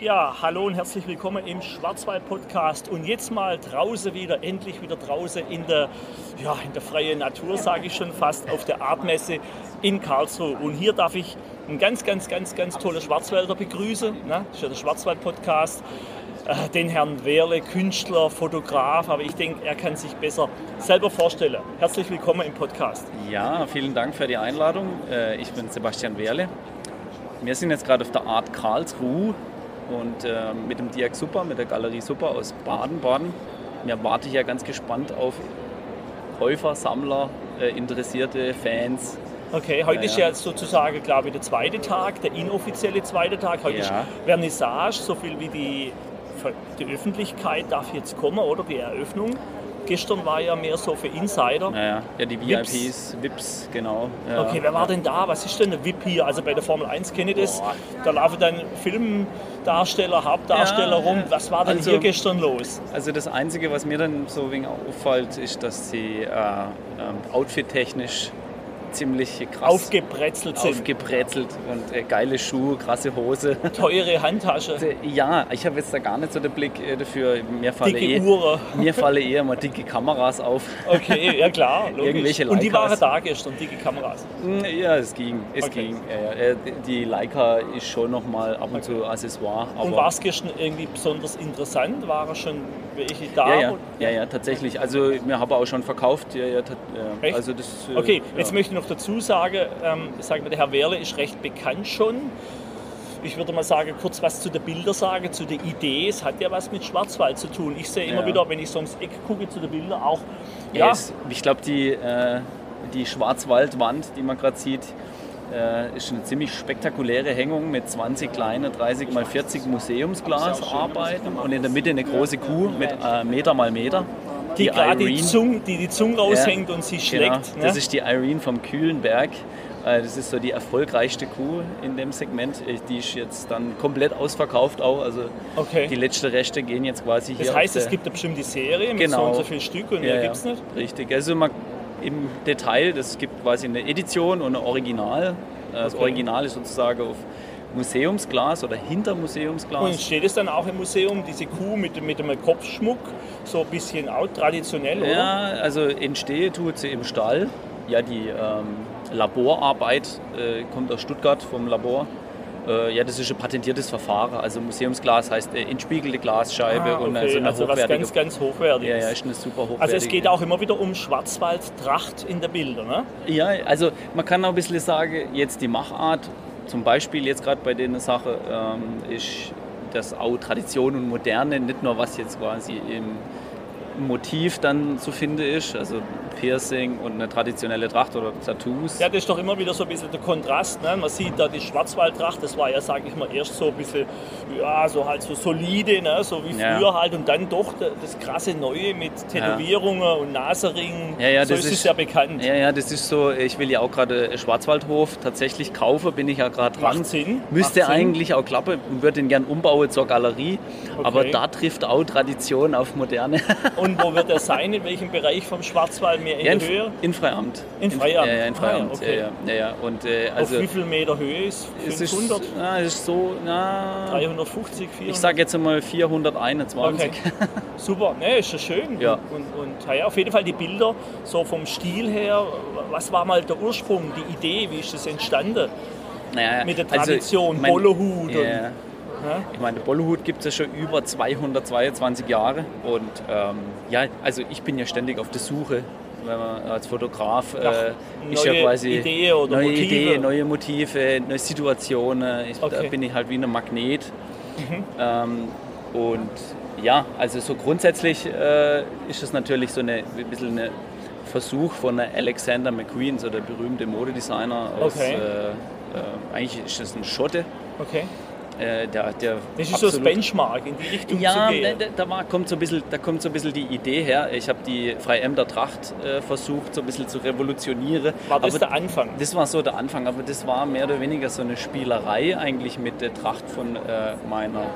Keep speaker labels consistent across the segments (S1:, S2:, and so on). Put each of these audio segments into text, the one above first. S1: Ja, hallo und herzlich willkommen im Schwarzwald-Podcast. Und jetzt mal draußen wieder, endlich wieder draußen in der, ja, in der freien Natur, sage ich schon fast, auf der Artmesse in Karlsruhe. Und hier darf ich einen ganz, ganz, ganz, ganz tollen Schwarzwälder begrüßen. Ne? Das ist ja der Schwarzwald-Podcast. Äh, Den Herrn Wehrle, Künstler, Fotograf, aber ich denke, er kann sich besser selber vorstellen. Herzlich willkommen im Podcast.
S2: Ja, vielen Dank für die Einladung. Äh, Ich bin Sebastian Wehrle. Wir sind jetzt gerade auf der Art Karlsruhe und äh, mit dem Diak Super, mit der Galerie Super aus Baden-Baden. Mir warte ich ja ganz gespannt auf Käufer, Sammler, äh, Interessierte, Fans.
S1: Okay, heute ist
S2: Ja.
S1: ja sozusagen, glaube ich, der zweite Tag, der inoffizielle zweite Tag. Heute ist
S2: Ja.
S1: Vernissage, so viel wie die, die Öffentlichkeit darf jetzt kommen, oder? Die Eröffnung. Gestern war ja mehr so für Insider.
S2: Naja, ja, die
S1: Vips.
S2: VIPs, VIPs, genau. Ja.
S1: Okay, wer war denn da? Was ist denn ein VIP hier? Also bei der Formel 1 kenne ich das.
S2: Boah.
S1: Da laufen dann Filmdarsteller, Hauptdarsteller
S2: Ja,
S1: rum.
S2: ja.
S1: Was war denn
S2: Also-
S1: hier gestern los?
S2: Also das Einzige, was mir dann so wegen auffällt, ist, dass sie äh, ähm, outfit-technisch ziemlich krass
S1: Aufgebrezelt sind.
S2: aufgebrezelt und äh, geile Schuhe, krasse Hose.
S1: Teure Handtasche,
S2: Äh, Ja, ich habe jetzt da gar nicht so den Blick äh, dafür. Mir fallen
S1: dicke
S2: eh,
S1: Uhren.
S2: mir falle eher mal dicke Kameras auf.
S1: Okay, ja klar, logisch.
S2: Irgendwelche
S1: Und die waren
S2: Leicas.
S1: da gestern, dicke Kameras.
S2: Hm, Ja, es ging. Es
S1: Okay.
S2: ging. Ja, ja. Äh, Die Leica ist schon nochmal ab und zu Accessoire. Aber
S1: Und war es gestern irgendwie besonders interessant? Waren schon welche da?
S2: ja, ja,
S1: Und-
S2: ja, ja, tatsächlich. Also, wir haben auch schon verkauft. Ja, ja, tat- ja.
S1: Echt?
S2: Also das, äh,
S1: Okay,
S2: ja.
S1: jetzt möchte ich noch dazu sagen, ähm, ich sage mal, der Herr Wehrle ist recht bekannt schon. Ich würde mal sagen, kurz was zu den Bildern sagen, zu der Idee. Es hat ja was mit Schwarzwald zu tun. Ich sehe immer
S2: Ja.
S1: wieder, wenn ich so ums Eck gucke zu den Bildern, auch,
S2: Ja,
S1: ja,
S2: es, ich glaube, die, äh, die Schwarzwaldwand, die man gerade sieht, äh, ist eine ziemlich spektakuläre Hängung mit 20 kleine 30 mal 40 Museumsglasarbeiten und in der Mitte eine große Kuh mit äh, Meter mal Meter.
S1: die, gerade die,
S2: Irene.
S1: Zunge, die die Zunge raushängt und sie
S2: Genau,
S1: schlägt.
S2: das
S1: ne?
S2: ist die Irene vom Kühlenberg. Äh, Das ist so die erfolgreichste Kuh in dem Segment. Äh, Die ist jetzt dann komplett ausverkauft auch. Also
S1: Okay.
S2: die letzten Reste gehen jetzt quasi hier
S1: das heißt,
S2: auf
S1: es
S2: der-
S1: gibt eine bestimmte Serie mit so
S2: Genau.
S1: und so viel Stück und mehr gibt es nicht.
S2: Richtig. Also man, im Detail, das gibt quasi eine Edition und ein Original. Äh, Das
S1: Okay.
S2: Original ist sozusagen auf Museumsglas oder hinter
S1: Und
S2: Museumsglas.
S1: steht es dann auch im Museum, diese Kuh mit, mit dem Kopfschmuck, so ein bisschen out, traditionell, oder?
S2: Ja, also entstehe tut sie im Stall. Ja, die ähm, Laborarbeit äh, kommt aus Stuttgart vom Labor. Äh, ja, das ist ein patentiertes Verfahren. Also Museumsglas heißt äh, entspiegelte Glasscheibe
S1: Ah,
S2: und
S1: okay.
S2: also eine
S1: was
S2: hochwertige.
S1: ganz, ganz hochwertiges.
S2: ja, ja, ist eine super hochwertige.
S1: Also es geht auch immer wieder um Schwarzwaldtracht in der Bilder, ne?
S2: Ja, also man kann auch ein bisschen sagen, jetzt die Machart, zum Beispiel jetzt gerade bei der Sache, ähm, ist das auch Tradition und Moderne, nicht nur was jetzt quasi im Motiv dann zu finden ist, also Piercing und eine traditionelle Tracht oder Tattoos.
S1: Ja, das ist doch immer wieder so ein bisschen der Kontrast, ne? Man sieht da die Schwarzwaldtracht, das war ja, sage ich mal, erst so ein bisschen, ja, so halt so solide, ne? So wie
S2: Ja.
S1: früher halt und dann doch da- das krasse Neue mit Tätowierungen und Naseringen.
S2: Ja, ja,
S1: so
S2: das
S1: ist es
S2: ist-
S1: ja bekannt.
S2: Ja, ja, das ist so, ich will ja auch gerade äh, Schwarzwaldhof tatsächlich kaufen, bin ich ja gerade dran.
S1: Macht Sinn,
S2: Müsste
S1: macht Sinn.
S2: eigentlich auch klappen und würde ihn gern umbauen zur Galerie. Aber
S1: Okay.
S2: da trifft auch Tradition auf Moderne.
S1: Und wo wird er sein? In welchem Bereich vom Schwarzwald? Mehr in
S2: Ja, in,
S1: der Höhe?
S2: in Freiamt.
S1: In Freiamt.
S2: Ja, ja, in
S1: Ah,
S2: Freiamt.
S1: ja, okay.
S2: ja, ja, ja, ja. Und äh, also
S1: Auf wie viel Meter Höhe ist
S2: es ist,
S1: 500?
S2: na, es ist so, na,
S1: 350, 400?
S2: ich sage jetzt mal 421.
S1: Okay. Super, ne, ist ja schön.
S2: Ja.
S1: Und, und ja, auf jeden Fall die Bilder, so vom Stil her, was war mal der Ursprung, die Idee, wie ist das entstanden?
S2: Naja,
S1: Mit der
S2: also,
S1: Tradition,
S2: ich mein-
S1: Bollohut
S2: Ja,
S1: und-
S2: ja.
S1: Ja?
S2: Ich meine, Bollywood gibt es ja schon über 222 Jahre. Und ähm, ja, also ich bin ja ständig auf der Suche, wenn man als Fotograf
S1: Nach
S2: äh, ist ja
S1: neue
S2: quasi
S1: Ideen oder
S2: neue
S1: Motive.
S2: Ideen, neue Motive, neue Situationen. Ich,
S1: Okay. Mhm.
S2: Da bin ich halt wie ein Magnet. Ähm, und ja, also so grundsätzlich äh, ist es natürlich so eine, ein bisschen ein Versuch von der Alexander McQueen, so der berühmte Modedesigner aus,
S1: Okay.
S2: äh, äh, eigentlich ist es ein Schotte.
S1: Okay.
S2: Äh, der, der
S1: Das ist so das
S2: absolut-
S1: Benchmark, in die Richtung
S2: ja,
S1: zu
S2: ne,
S1: gehen.
S2: da, da war, kommt so ein bisschen, da kommt so ein bisschen die Idee her. Ich habe die Freiemder Tracht äh, versucht, so ein bisschen zu revolutionieren.
S1: War das
S2: aber
S1: der Anfang?
S2: das war so der Anfang, aber das war mehr oder weniger so eine Spielerei eigentlich mit der Tracht von äh, meiner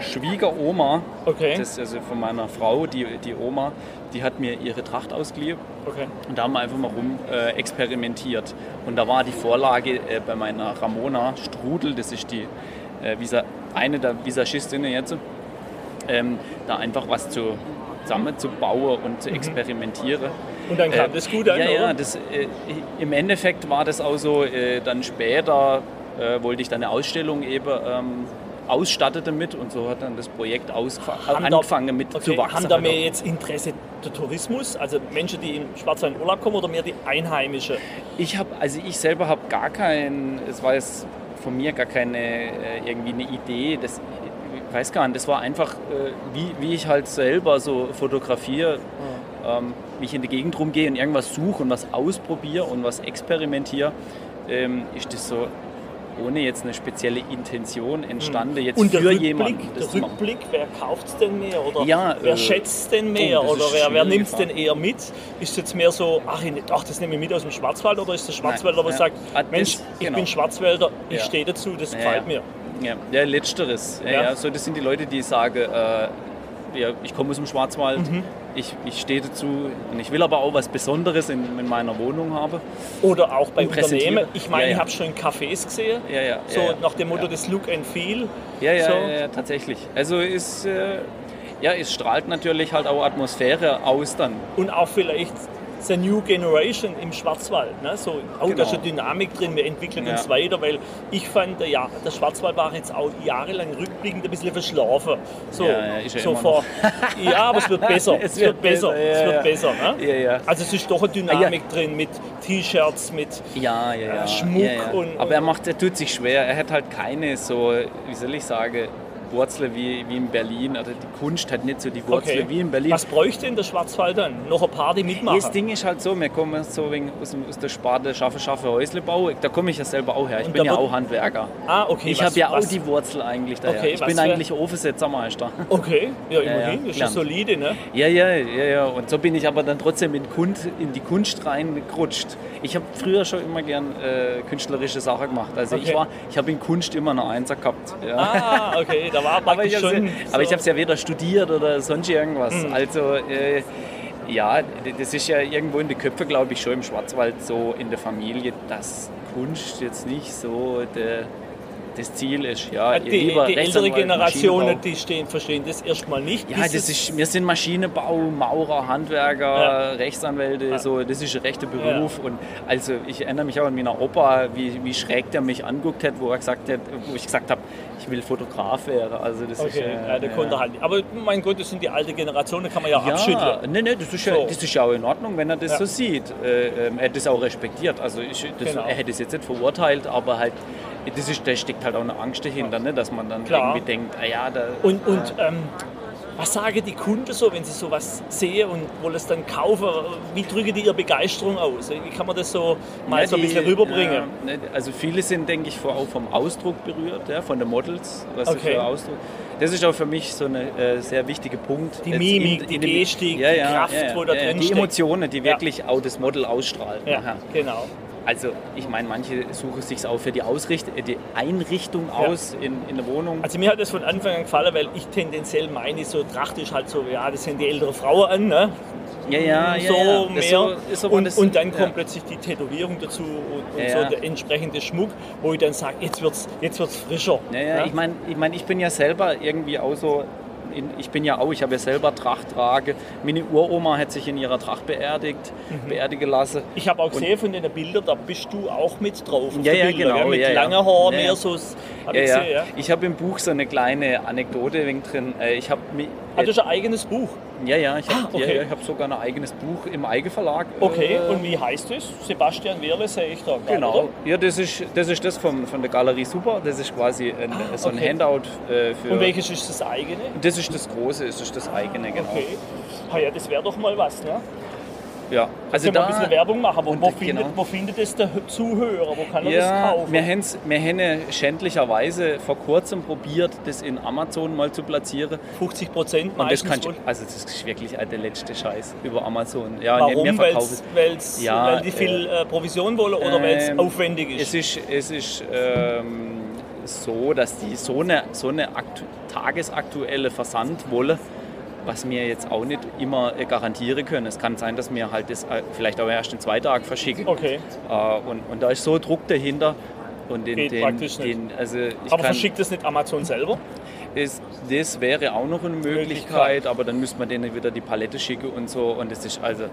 S2: Schwiegeroma.
S1: Okay.
S2: Das ist also von meiner Frau, die, die Oma, die hat mir ihre Tracht ausgeliehen.
S1: Okay.
S2: Und da haben wir einfach mal rum äh, experimentiert. Und da war die Vorlage äh, bei meiner Ramona Strudel, das ist die äh, Visa, eine der Visagistinnen jetzt, ähm, da einfach was zu, zusammenzubauen und zu experimentieren.
S1: Und dann kam
S2: Äh,
S1: das gut an,
S2: Ja, ja,
S1: oder?
S2: das, äh, im Endeffekt war das auch so, äh, dann später äh, wollte ich dann eine Ausstellung eben ähm, ausstatten damit und so hat dann das Projekt ausgefa-
S1: da-
S2: angefangen mit
S1: okay,
S2: zu wachsen.
S1: Haben da
S2: halt
S1: mehr
S2: auch.
S1: jetzt Interesse der Tourismus, also Menschen, die im Schwarzwald in Urlaub kommen oder mehr die Einheimischen?
S2: Ich habe, also ich selber habe gar kein, es war jetzt von mir gar keine äh, irgendwie eine Idee, das ich weiß gar nicht, das war einfach, äh, wie, wie ich halt selber so fotografiere, ähm, wie ich in die Gegend rumgehe und irgendwas suche und was ausprobiere und was experimentiere, ähm, ist das so ohne jetzt eine spezielle Intention entstanden, jetzt
S1: Hm. Und der
S2: für
S1: Rückblick,
S2: jemanden das
S1: der
S2: zu machen.
S1: Rückblick wer kauft es denn mehr? Oder
S2: Ja,
S1: wer
S2: äh,
S1: schätzt es denn mehr?
S2: oh, das
S1: oder
S2: ist
S1: wer, wer
S2: schwierig,
S1: nimmt es denn eher mit? Ist jetzt mehr so, ach, ich, ne, ach, das nehme ich mit aus dem Schwarzwald? Oder ist der Schwarzwälder, der
S2: ja.
S1: sagt,
S2: Ah, das-
S1: Mensch, ich
S2: genau.
S1: bin Schwarzwälder, ich
S2: Ja.
S1: stehe dazu, das
S2: Ja,
S1: gefällt
S2: ja.
S1: mir.
S2: Ja, ja letzteres. Ja,
S1: Ja.
S2: ja. So, das sind die Leute, die sagen, äh, ja, ich komme aus dem Schwarzwald,
S1: Mhm.
S2: ich, ich stehe dazu und ich will aber auch was Besonderes in, in meiner Wohnung haben.
S1: Oder auch bei
S2: Und präsentieren.
S1: Unternehmen. Ich meine,
S2: Ja, ja.
S1: ich habe schon in Cafés gesehen.
S2: Ja, ja.
S1: So
S2: ja, ja.
S1: nach dem Motto,
S2: ja.
S1: das Look and Feel.
S2: Ja, ja,
S1: so.
S2: ja, ja, tatsächlich. Also ist, äh, ja, es strahlt natürlich halt auch Atmosphäre aus dann.
S1: Und auch vielleicht the New Generation im Schwarzwald. Ne? So, auch da
S2: Genau.
S1: ist eine Dynamik drin, wir entwickeln
S2: Ja.
S1: uns weiter, weil ich fand, der, ja, der Schwarzwald war jetzt auch jahrelang rückblickend ein bisschen verschlafen. So,
S2: Ja, ja, ist ja
S1: so
S2: immer
S1: vor, ja aber es wird besser. es, wird besser. es
S2: ja,
S1: wird
S2: ja.
S1: besser. Ne?
S2: Ja, Ah, ja.
S1: Also es ist doch eine Dynamik drin mit T-Shirts, mit
S2: Ja, ja, ja.
S1: Schmuck
S2: ja, ja.
S1: und-
S2: Aber er macht, er tut sich schwer. Er hat halt keine so, wie soll ich sagen, Wurzeln wie, wie in Berlin. Also die Kunst hat nicht so die Wurzeln wie in Berlin.
S1: Was bräuchte denn der Schwarzwald dann? Noch eine Party mitmachen?
S2: Das Ding ist halt so, wir kommen so wegen aus, dem- aus der Sparte Schaffe, Schaffe, Häuslebau. Da komme ich ja selber auch her. Ich
S1: Und da
S2: bin ja
S1: wird-
S2: auch Handwerker.
S1: ah, okay.
S2: ich
S1: was-
S2: habe ja auch
S1: was-
S2: die Wurzel eigentlich daher.
S1: Okay,
S2: ich
S1: was
S2: bin
S1: für-
S2: eigentlich Ofensetzermeister.
S1: Okay, ja,
S2: ja,
S1: immerhin, das ist ja
S2: klar.
S1: solide, ne?
S2: Ja, ja, ja, ja. Und so bin ich aber dann trotzdem in, Kunst, in die Kunst reingerutscht. Ich habe früher schon immer gern äh, künstlerische Sachen gemacht. Also
S1: Okay.
S2: ich war, ich habe in Kunst immer eine Einser gehabt. Ja.
S1: Ah, okay, da war
S2: Aber ich
S1: praktisch
S2: habe
S1: schon. Hm.
S2: es ja,
S1: so-
S2: hab's ja weder studiert oder sonst irgendwas. Also äh, ja, d- das ist ja irgendwo in den Köpfen, glaube ich, schon im Schwarzwald so in der Familie, dass Kunst jetzt nicht so der, das Ziel ist. Ja,
S1: Ah,
S2: ihr
S1: Die,
S2: lieber
S1: die ältere
S2: Rechtsanwalt,
S1: Generationen,
S2: Maschinenbau.
S1: die stehen, verstehen das erstmal nicht.
S2: Ja,
S1: bis
S2: das ist, wir sind Maschinenbau, Maurer, Handwerker,
S1: Ja.
S2: Rechtsanwälte, so, das ist ein rechter Beruf. Und also ich erinnere mich auch an meiner Opa, wie, wie schräg der mich anguckt hat, wo er gesagt hat, wo ich gesagt habe, ich will Fotograf werden. Also das ist,
S1: Okay,
S2: äh,
S1: ja, der konnte halt. Aber mein Gott, das sind die alte Generation, da kann man ja,
S2: ja,
S1: abschütteln.
S2: nee, nee, das, ist ja,
S1: So.
S2: das ist ja auch in Ordnung, wenn er das
S1: Ja.
S2: so sieht. Äh, ähm, er hat das auch respektiert. Also ich, das,
S1: Genau.
S2: er hätte es jetzt nicht verurteilt, aber halt, das ist, da steckt halt auch eine Angst dahinter, ne? dass man dann
S1: Klar.
S2: irgendwie denkt, ah ja, da,
S1: Und, und ähm, was sagen die Kunden so, wenn sie sowas sehen und wollen es dann kaufen? Wie drücken die ihre Begeisterung aus? Wie kann man das so mal so ein
S2: die,
S1: bisschen rüberbringen?
S2: äh, ne, also viele sind, denke ich, vor, auch vom Ausdruck berührt, ja, von den Models, was
S1: Okay.
S2: sie für Ausdruck. Das ist auch für mich so ein äh, sehr wichtiger Punkt.
S1: Die
S2: Jetzt
S1: Mimik, die
S2: dem-
S1: Gestik, die Kraft, wo da drin
S2: Die
S1: steckt.
S2: Emotionen, die
S1: Ja.
S2: wirklich auch das Model ausstrahlen.
S1: Ja,
S2: Aha.
S1: genau.
S2: Also ich meine, manche suchen sich auch für die, Ausricht äh, die Einrichtung aus in, in der Wohnung.
S1: Also mir hat das von Anfang an gefallen, weil ich tendenziell meine, so Tracht ist halt so, ja, das sind die ältere Frauen an, ne?
S2: ja, ja, ja,
S1: so
S2: ja. Das
S1: mehr.
S2: ist so- ist so,
S1: und,
S2: das-
S1: und dann
S2: ja.
S1: kommt plötzlich die Tätowierung dazu und, und
S2: Ja,
S1: so
S2: ja.
S1: der entsprechende Schmuck, wo ich dann sage, jetzt wird es jetzt wird's frischer.
S2: Ja, ja,
S1: Ne?
S2: ich meine, ich, mein, ich bin ja selber irgendwie auch so, in, ich bin ja auch, ich habe ja selber Tracht trage. Meine Uroma hat sich in ihrer Tracht beerdigt,
S1: Mhm.
S2: beerdigen lassen.
S1: Ich habe auch gesehen von den Bildern, da bist du auch mit drauf. auf
S2: Ja,
S1: den
S2: ja,
S1: Bildern,
S2: genau,
S1: gell? Mit
S2: ja, ja.
S1: langer Haar,
S2: Ja,
S1: mehr
S2: ja.
S1: so. Hab
S2: ja,
S1: ich
S2: ja.
S1: gesehen, ja.
S2: Ich habe im Buch so eine kleine Anekdote wegen drin. Äh, Ich habe mi-
S1: Ah, du hast ein eigenes Buch.
S2: ja, ja, ich habe
S1: Ah, okay.
S2: ja, ja, ich hab sogar ein eigenes Buch im Eigen Verlag.
S1: Okay,
S2: äh,
S1: und wie heißt es? Sebastian Wehrle sehe ich da. grad,
S2: Genau,
S1: Oder?
S2: ja, das ist das, ist das vom, von der Galerie Super. Das ist quasi ein, so ein
S1: Ah, okay.
S2: Handout äh, für.
S1: Und welches ist das eigene?
S2: Das ist das Große, das ist das eigene, genau.
S1: Okay. Ah ja, das wäre doch mal was, ne?
S2: Ja, also
S1: Können wir
S2: da.
S1: ein bisschen Werbung machen? Wo,
S2: und,
S1: wo,
S2: äh,
S1: findet,
S2: genau.
S1: wo findet es der Zuhörer? Wo kann er das
S2: Ja,
S1: kaufen?
S2: wir haben wir haben schändlicherweise vor kurzem probiert, das in Amazon mal zu platzieren.
S1: 50 Prozent
S2: Und das
S1: meistens.
S2: kann ich,
S1: und-
S2: also das ist wirklich der letzte Scheiß über Amazon. Ja, nee, wir
S1: Warum?
S2: verkaufen
S1: Weil's, weil's,
S2: Ja,
S1: weil die viel äh, Provision wollen oder weil es
S2: Ähm,
S1: aufwendig ist?
S2: es ist, es ist ähm, so, dass die so eine, so eine aktu tagesaktuelle Versandwolle, was wir jetzt auch nicht immer äh, garantieren können. Es kann sein, dass
S1: Oh.
S2: wir halt das äh, vielleicht auch erst in zwei Tagen verschicken.
S1: okay.
S2: Äh, und, und da ist so Druck dahinter. Und den,
S1: Geht
S2: den,
S1: praktisch nicht.
S2: den, Also ich
S1: Aber
S2: kann,
S1: verschickt es nicht Amazon selber?
S2: ist, das wäre auch noch eine Möglichkeit, aber dann müsste man denen wieder die Palette schicken und so. Und das ist also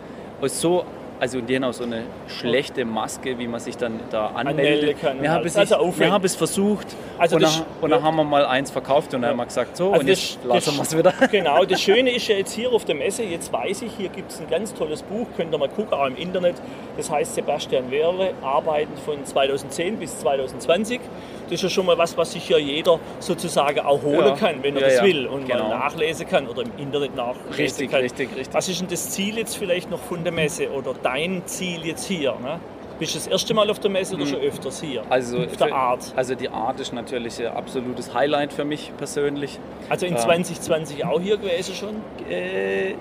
S2: aus so, also die haben auch so eine schlechte Maske, wie man sich dann da anmeldet.
S1: Anmelden kann und
S2: Wir haben,
S1: alles.
S2: es,
S1: Also
S2: nicht- wir
S1: aufregend.
S2: haben es versucht
S1: Also
S2: und,
S1: das-
S2: dann, und dann haben wir mal eins verkauft und dann haben wir gesagt, so,
S1: Also
S2: Oh, und
S1: das-
S2: jetzt
S1: das-
S2: lassen wir es wieder.
S1: Genau, das Schöne ist ja jetzt hier auf der Messe, jetzt weiß ich, hier gibt es ein ganz tolles Buch, könnt ihr mal gucken, auch im Internet. Das heißt Sebastian Werle, Arbeiten von 2010 bis 2020. Das ist ja schon mal was, was sich ja jeder sozusagen auch holen
S2: Ja.
S1: kann, wenn er
S2: Ja,
S1: das
S2: ja.
S1: will und
S2: Genau.
S1: mal nachlesen kann oder im Internet nachlesen
S2: Richtig,
S1: kann.
S2: richtig, richtig.
S1: Was ist denn das Ziel jetzt vielleicht noch von der Messe oder dein Ziel jetzt hier? Ne? Bist du das erste Mal auf der Messe oder schon öfters hier?
S2: Hm. Also,
S1: auf der
S2: für-
S1: Art.
S2: also die Art ist natürlich ein absolutes Highlight für mich persönlich.
S1: Also in
S2: ja.
S1: 2020 auch hier gewesen schon?
S2: Äh,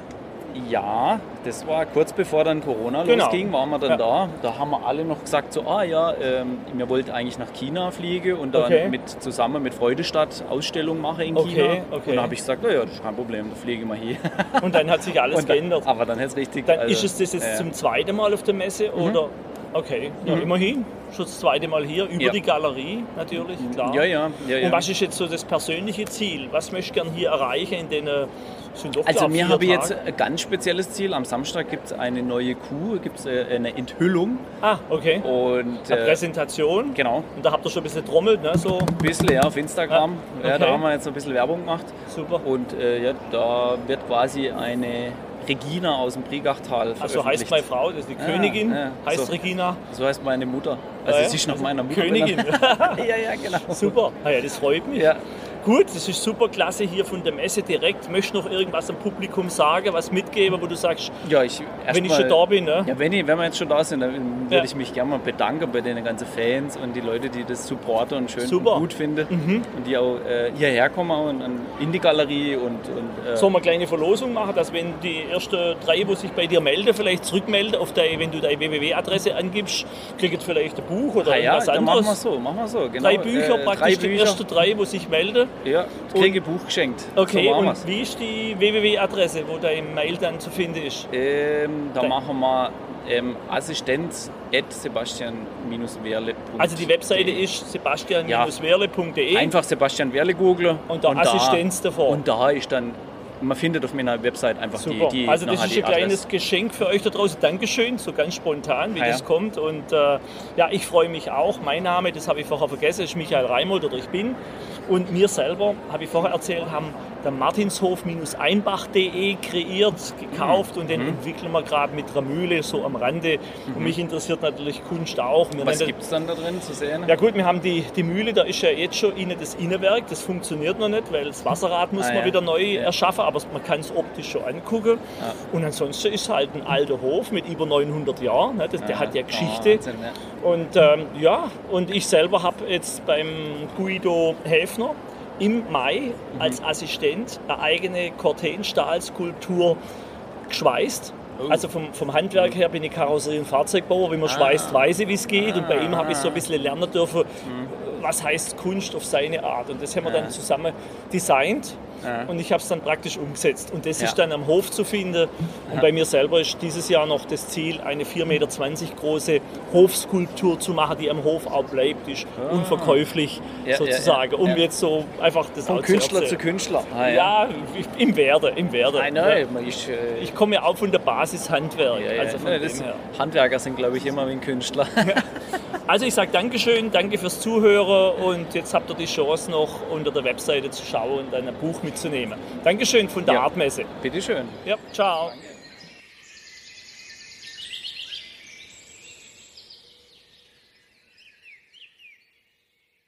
S2: ja, das war kurz bevor dann Corona
S1: Genau.
S2: losging, waren wir dann
S1: Ja.
S2: da. Da haben wir alle noch gesagt, so, ah ja, ähm, wir wollten eigentlich nach China fliegen und dann
S1: Okay.
S2: mit, zusammen mit Freudestadt Ausstellung machen in
S1: Okay,
S2: China.
S1: okay.
S2: Und da habe ich gesagt, naja, das ist kein Problem, da fliegen wir hier.
S1: Und dann hat sich alles
S2: und dann,
S1: geändert.
S2: aber dann hätte es richtig...
S1: Dann
S2: also,
S1: ist es das jetzt
S2: ja. Mhm.
S1: zum zweiten Mal auf der Messe oder? Okay, ja, immerhin. Schon das zweite Mal hier, über
S2: Ja. Mhm.
S1: die Galerie natürlich, klar.
S2: Ja, ja, ja, ja.
S1: Und was ist jetzt so das persönliche Ziel? Was möchtest du gern hier erreichen in den äh, sind doch
S2: Also
S1: glaub,
S2: mir
S1: vier
S2: habe ich jetzt
S1: Tage.
S2: ein ganz spezielles Ziel. Am Samstag gibt es eine neue Kuh, gibt es eine Enthüllung.
S1: Ah, okay.
S2: Und
S1: Eine
S2: Oh, äh,
S1: Präsentation.
S2: genau,
S1: Und da habt ihr schon ein bisschen trommelt, ne? So,
S2: ein bisschen ja, auf Instagram.
S1: Ah,
S2: ja, da
S1: okay.
S2: haben wir jetzt ein bisschen Werbung gemacht.
S1: super.
S2: Und äh, ja, da wird quasi eine Regina aus dem Priegachtal
S1: Also heißt
S2: veröffentlicht.
S1: meine Frau, das ist die
S2: Ah,
S1: Königin,
S2: ja,
S1: heißt
S2: so.
S1: Regina.
S2: so heißt meine Mutter. Also
S1: Ah, ja?
S2: sie ist nach meiner Mutter.
S1: Königin.
S2: benannt. ja, ja, genau.
S1: super. Ah, ja, das freut mich.
S2: Ja.
S1: Gut, das ist super klasse hier von der Messe direkt. Möchtest du noch irgendwas am Publikum sagen, was mitgeben, wo du sagst,
S2: Ja, ich erst
S1: wenn ich
S2: mal-
S1: schon da bin, ne?
S2: Ja, wenn, ich, wenn wir jetzt schon da sind, dann würde
S1: Ja.
S2: ich mich gerne mal bedanken bei den ganzen Fans und die Leute, die das supporten und schön
S1: Super. Mhm.
S2: und gut finden. Und die auch äh, hierher kommen und, und in die Galerie und, und äh,
S1: Sollen wir eine kleine Verlosung machen, dass wenn die ersten drei, die sich bei dir melden, vielleicht zurückmelden, auf deine, wenn du deine www-Adresse angibst, kriegen vielleicht ein Buch oder
S2: ah, ja,
S1: irgendwas
S2: dann machen wir
S1: anderes.
S2: so, machen wir so. Genau,
S1: Drei Bücher,
S2: äh,
S1: praktisch
S2: drei
S1: die
S2: Bücher.
S1: ersten drei, die sich melden.
S2: Ja, kriege Buch geschenkt.
S1: Okay,
S2: so machen
S1: und
S2: wir's.
S1: wie ist die www-Adresse, wo deine Mail dann zu finden ist?
S2: Ähm, da
S1: Dann-
S2: machen wir ähm, Assistenz at sebastian-werle.
S1: Also die Webseite ist sebastian-werle.de.
S2: Einfach Sebastian Werle googeln.
S1: Und da Assistenz davor.
S2: Und da ist dann, man findet auf meiner Website einfach
S1: Super.
S2: die, die
S1: also das
S2: nachher
S1: ist
S2: die
S1: ein kleines
S2: Adresse.
S1: Geschenk für euch da draußen. Dankeschön, so ganz spontan, wie
S2: Ah, ja.
S1: das kommt. Und äh, ja, ich freue mich auch. Mein Name, das habe ich vorher vergessen, ist Michael Reimold oder ich bin. Und mir selber, habe ich vorher erzählt, haben der Martinshof-einbach.de kreiert,
S2: Mhm.
S1: gekauft und den entwickeln wir gerade mit Ramüle so am Rande. Und mich interessiert natürlich Kunst auch. Wir
S2: Mhm. Was
S1: nennen-
S2: gibt es dann da drin zu sehen?
S1: ja gut, wir haben die, die Mühle, da ist ja jetzt schon innen das Innenwerk, das funktioniert noch nicht, weil das Wasserrad muss
S2: Ah,
S1: man
S2: ja.
S1: wieder neu
S2: Ja.
S1: erschaffen, aber man kann es optisch schon angucken.
S2: Ah.
S1: Und ansonsten ist halt ein alter Hof mit über 900 Jahren, ne? das, der hat ja
S2: Ah,
S1: Geschichte.
S2: Wahnsinn, ja.
S1: Und ähm, ja, und ich selber habe jetzt beim Guido Häfner im Mai als Assistent eine eigene Cortenstahlskulptur geschweißt.
S2: Oh.
S1: Also vom, vom Handwerk her bin ich Karosserie- und Fahrzeugbauer. Wie man schweißt, weiß ich, wie es geht. Und bei ihm habe ich so ein bisschen lernen dürfen, was heißt Kunst auf seine Art. Und das haben wir dann zusammen designt.
S2: Ja.
S1: Und ich habe es dann praktisch umgesetzt. Und das
S2: Ja.
S1: ist dann am Hof zu finden. Und bei mir selber ist dieses Jahr noch das Ziel, eine 4,20 Meter große Hofskulptur zu machen, die am Hof auch bleibt. Die ist unverkäuflich
S2: Ah. Ja,
S1: sozusagen.
S2: ja, ja,
S1: um
S2: ja.
S1: jetzt so einfach das
S2: Von
S1: auch
S2: Künstler zu
S1: erzählen.
S2: Künstler. Ah,
S1: Ja, im Werde, im Werde.
S2: Ah, nein, man ist, äh,
S1: Ich komme ja auch von der Basis Handwerk.
S2: ja, ja,
S1: Also, von
S2: nein,
S1: dem
S2: das,
S1: her.
S2: Handwerker sind, glaube ich, immer wie ein Künstler.
S1: also ich sage Dankeschön, danke fürs Zuhören und jetzt habt ihr die Chance noch unter der Webseite zu schauen und dann ein Buch mitzunehmen. Dankeschön von der
S2: Ja.
S1: Artmesse.
S2: Bitteschön.
S1: Ja, ciao.